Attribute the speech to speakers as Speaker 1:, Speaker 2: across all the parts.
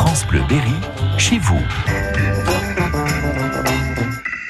Speaker 1: France Bleu Berry, chez vous.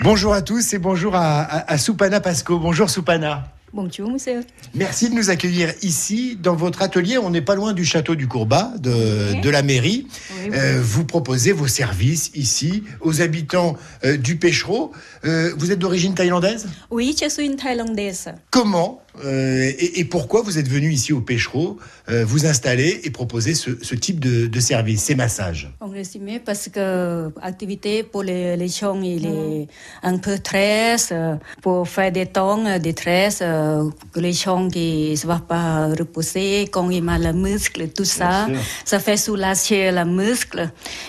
Speaker 2: Bonjour à tous et bonjour à, à- à Soupana Pasco. Bonjour Soupana.
Speaker 3: Bonjour monsieur.
Speaker 2: Merci de nous accueillir ici dans votre atelier. On n'est pas loin du château du Courbat, de, de la mairie.
Speaker 3: Oui, oui.
Speaker 2: Euh, vous proposez vos services ici aux habitants euh, du Pêchereau. Euh, vous êtes d'origine thaïlandaise
Speaker 3: Oui, je suis une Thaïlandaise.
Speaker 2: Comment euh, et, et pourquoi vous êtes venu ici au Pêchereau euh, vous installer et proposer ce, ce type de, de service, ces massages
Speaker 3: En résumé, parce que activité pour les, les gens, il est un peu stress. euh, Pour faire des temps, euh, des tresses, euh, que les gens qui ne savent pas reposer, quand ils e mal la muscle, tout ça,
Speaker 2: sûr.
Speaker 3: ça fait soulager la muscle e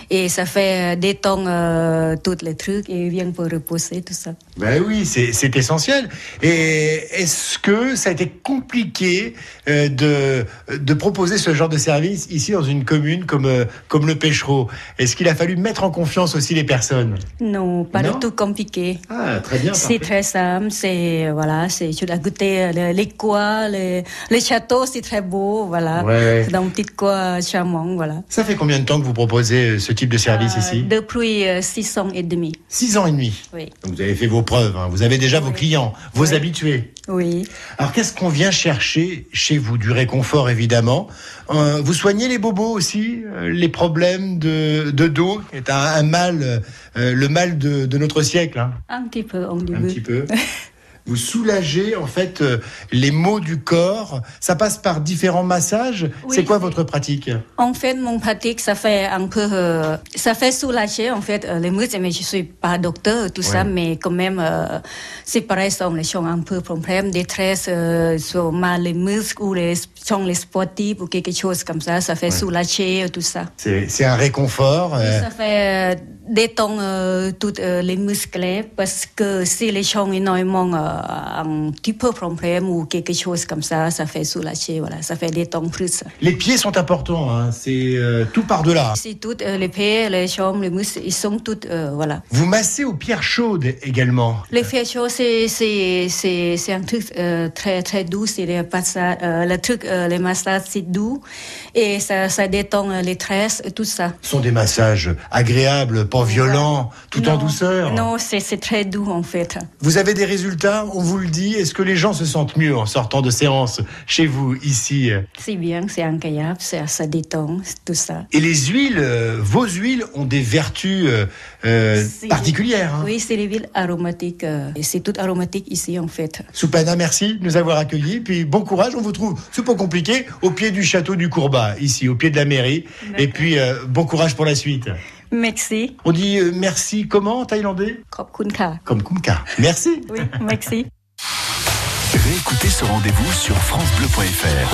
Speaker 3: et ça fait des temps, euh, tous les trucs, et ils viennent pour reposer, tout ça.
Speaker 2: Ben oui, c'est c'est essentiel. Et est-ce que ça a été compliqué euh, de, de proposer ce genre de service ici dans une commune comme, euh, comme le Pêchereau Est-ce qu'il a fallu mettre en confiance aussi les personnes
Speaker 3: Non, pas
Speaker 2: Non.
Speaker 3: du tout compliqué.
Speaker 2: Ah, très bien.
Speaker 3: C'est très simple, c'est euh, voilà, c'est tu l'as goûté euh, le- les coins, les, les châteaux, c'est très beau, voilà.
Speaker 2: Ouais, ouais.
Speaker 3: C'est dans une petite coin charmant, voilà.
Speaker 2: Ça fait combien de temps que vous proposez euh, ce type de service
Speaker 3: Euh,
Speaker 2: ici
Speaker 3: Depuis euh, six ans et demi,
Speaker 2: Six ans et demi.
Speaker 3: oui,
Speaker 2: Donc vous avez fait vos preuves, hein. vous avez déjà vos clients, vos
Speaker 3: Ouais.
Speaker 2: habitués.
Speaker 3: oui.
Speaker 2: Alors qu'est-ce qu'on vient chercher chez vous Du réconfort évidemment. Euh, vous soignez les bobos aussi, euh, les problèmes de, de dos, qui est un, un mal, euh, le mal de, de notre siècle, hein,
Speaker 3: Un petit peu en
Speaker 2: un petit
Speaker 3: début.
Speaker 2: peu. Vous soulagez en fait euh, les maux du corps. Ça passe par différents massages.
Speaker 3: Oui,
Speaker 2: c'est quoi
Speaker 3: c'est-
Speaker 2: votre pratique
Speaker 3: En fait, mon pratique, ça fait un peu, euh, ça fait soulager en fait euh, les muscles, mais je suis pas docteur tout ça,
Speaker 2: Ouais.
Speaker 3: mais quand même, euh, c'est pareil, sont les gens un peu problème, détresse, euh, sur mal les muscles ou les sont les sportifs ou quelque chose comme ça, ça fait soulager euh, tout ça.
Speaker 2: C'est c'est un réconfort. euh,
Speaker 3: Ça fait euh, détendre euh, toutes euh, les muscles parce que si les gens énormément euh, un petit peu problème ou quelque chose comme ça, ça fait soulager, voilà, ça fait détendre plus.
Speaker 2: Les pieds sont importants. hein, C'est euh, tout par delà.
Speaker 3: Si toutes euh, les pieds, les jambes, les muscles, ils sont toutes, euh, voilà.
Speaker 2: Vous massez aux pierres chaudes également.
Speaker 3: Les faciaux, c'est c'est c'est c'est un truc euh, très très doux, c'est le passage, euh, le truc, euh, les massages c'est doux et ça ça détend euh, les tresses, tout ça.
Speaker 2: Ce sont des massages agréables, pas violents, tout en
Speaker 3: Non.
Speaker 2: douceur.
Speaker 3: Non, c'est c'est très doux en fait.
Speaker 2: Vous avez des résultats, on vous le dit. Est-ce que les gens se sentent mieux en sortant de séance chez vous, ici
Speaker 3: C'est bien, c'est incroyable, ça, ça détend, c'est tout ça.
Speaker 2: Et les huiles, euh, vos huiles ont des vertus euh, euh,
Speaker 3: C'est-
Speaker 2: particulières. hein.
Speaker 3: Oui, c'est les villes aromatiques. euh, et c'est tout aromatique ici, en fait.
Speaker 2: Soupana, merci de nous avoir accueillis. Puis bon courage, on vous trouve, c'est pas compliqué, au pied du château du Courbat, ici, au pied de la mairie. Et puis euh, bon courage pour la suite.
Speaker 3: Merci.
Speaker 2: On dit euh, merci comment en thaïlandais
Speaker 3: Khop kun ka.
Speaker 2: Comme Kumka. Merci.
Speaker 3: Oui, merci.
Speaker 1: Réécoutez ce rendez-vous sur FranceBleu.fr